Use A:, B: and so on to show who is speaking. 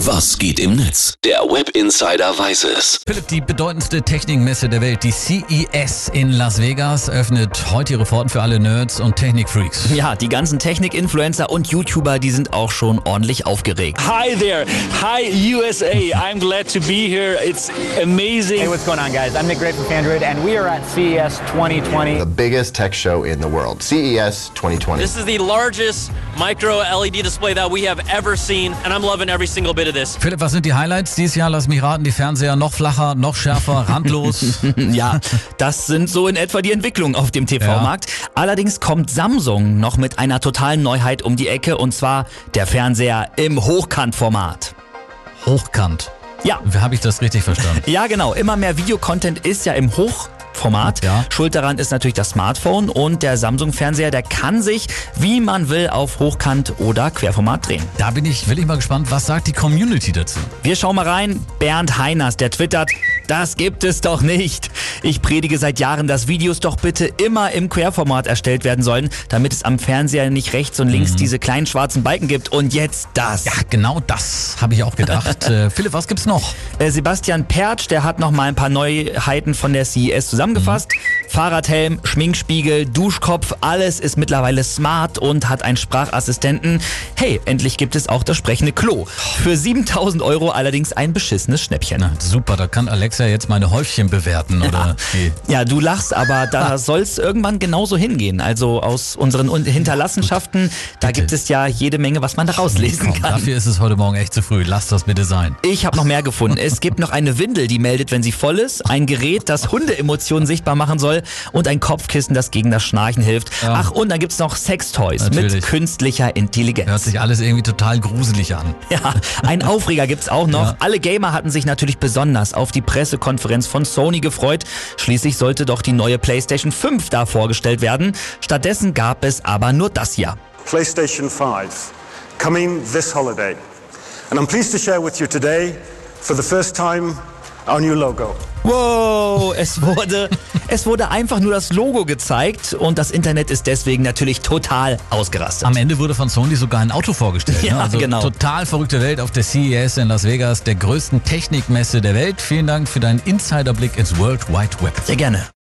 A: Was geht im Netz? Der Web Insider weiß es.
B: Philipp, die bedeutendste Technikmesse der Welt, die CES in Las Vegas, öffnet heute ihre Pforten für alle Nerds und Technikfreaks.
C: Ja, die ganzen Technik-Influencer und YouTuber, die sind auch schon ordentlich aufgeregt.
D: Hi there. Hi, USA. I'm glad to be here. It's
E: Hey,
D: amazing.
E: what's going on, guys? I'm Nick Gray from Fandroid, and we are at E CES 2020.
F: the biggest tech show in the world, E CES 2020.
G: This is the largest micro LED E display that we have ever seen, and I'm loving every single bit of this.
B: Philipp, was sind die Highlights dieses Jahr? Lass mich raten, die Fernseher noch flacher, noch schärfer, randlos.
C: Hm, Ja, das sind so in etwa die Entwicklungen auf dem TV-Markt. Allerdings kommt Samsung noch mit einer totalen Neuheit um die Ecke und zwar der Fernseher im Hochkantformat.
B: Hochkant.
C: Ja,
B: Habe ich das richtig verstanden?
C: Ja, genau. Immer mehr Videocontent ist ja im Hochformat.
B: Ja.
C: Schuld daran ist natürlich das Smartphone und der Samsung-Fernseher, der kann sich, wie man will, auf Hochkant oder Querformat drehen.
B: Da bin ich wirklich mal gespannt, was sagt die Community dazu?
C: Wir schauen mal rein. Bernd Heiners, der twittert, das gibt es doch nicht. Ich predige seit Jahren, dass Videos doch bitte immer im Querformat erstellt werden sollen, damit es am Fernseher nicht rechts und links diese kleinen schwarzen Balken gibt. Und jetzt das.
B: Mhm. Ja, genau das habe ich auch gedacht. äh, Philipp, was gibt's noch?
C: Äh, Sebastian Pertsch, der hat noch mal ein paar Neuheiten von der CES zusammengefasst. Fahrradhelm, Schminkspiegel, Duschkopf, alles ist mittlerweile smart und hat einen Sprachassistenten. Hey, endlich gibt es auch das sprechende Klo. Für 7000 Euro allerdings ein beschissenes Schnäppchen.
B: Na, super, da kann Alexa jetzt meine Häufchen bewerten, oder? Nee.
C: Ja, du lachst, aber da soll's irgendwann genauso hingehen. Also aus unseren Un- Hinterlassenschaften, da gibt es ja jede Menge, was man da rauslesen
B: Komm,
C: kann.
B: dafür ist es heute Morgen echt zu früh. Lass das bitte sein.
C: Ich habe noch mehr gefunden. Es gibt noch eine Windel, die meldet, wenn sie voll ist, ein Gerät, das Hundeemotionen sichtbar machen soll und ein Kopfkissen, das gegen das Schnarchen hilft. Ach, und dann gibt's noch Sextoys
B: Natürlich.
C: mit künstlicher
B: Hört
C: Intelligenz.
B: sich alles irgendwie total gruselig an.
C: Ja, ein Aufreger gibt's auch noch.
B: Ja.
C: Alle Gamer hatten sich natürlich besonders auf die Pressekonferenz von Sony gefreut. Schließlich sollte doch die neue PlayStation 5 da vorgestellt werden. Stattdessen gab es aber nur das hier.
H: PlayStation 5 coming this holiday. And I'm pleased to share with you today, for the first time, our new logo.
C: Wow, es wurde, es wurde einfach nur das Logo gezeigt und das Internet ist deswegen natürlich total ausgerastet.
B: Am Ende wurde von Sony sogar ein Auto vorgestellt. ne?
C: Ja,
B: also
C: genau.
B: total verrückte Welt auf der CES in Las Vegas, der größten Technikmesse der Welt. Vielen Dank für deinen Insiderblick ins World Wide Web.
C: Sehr gerne.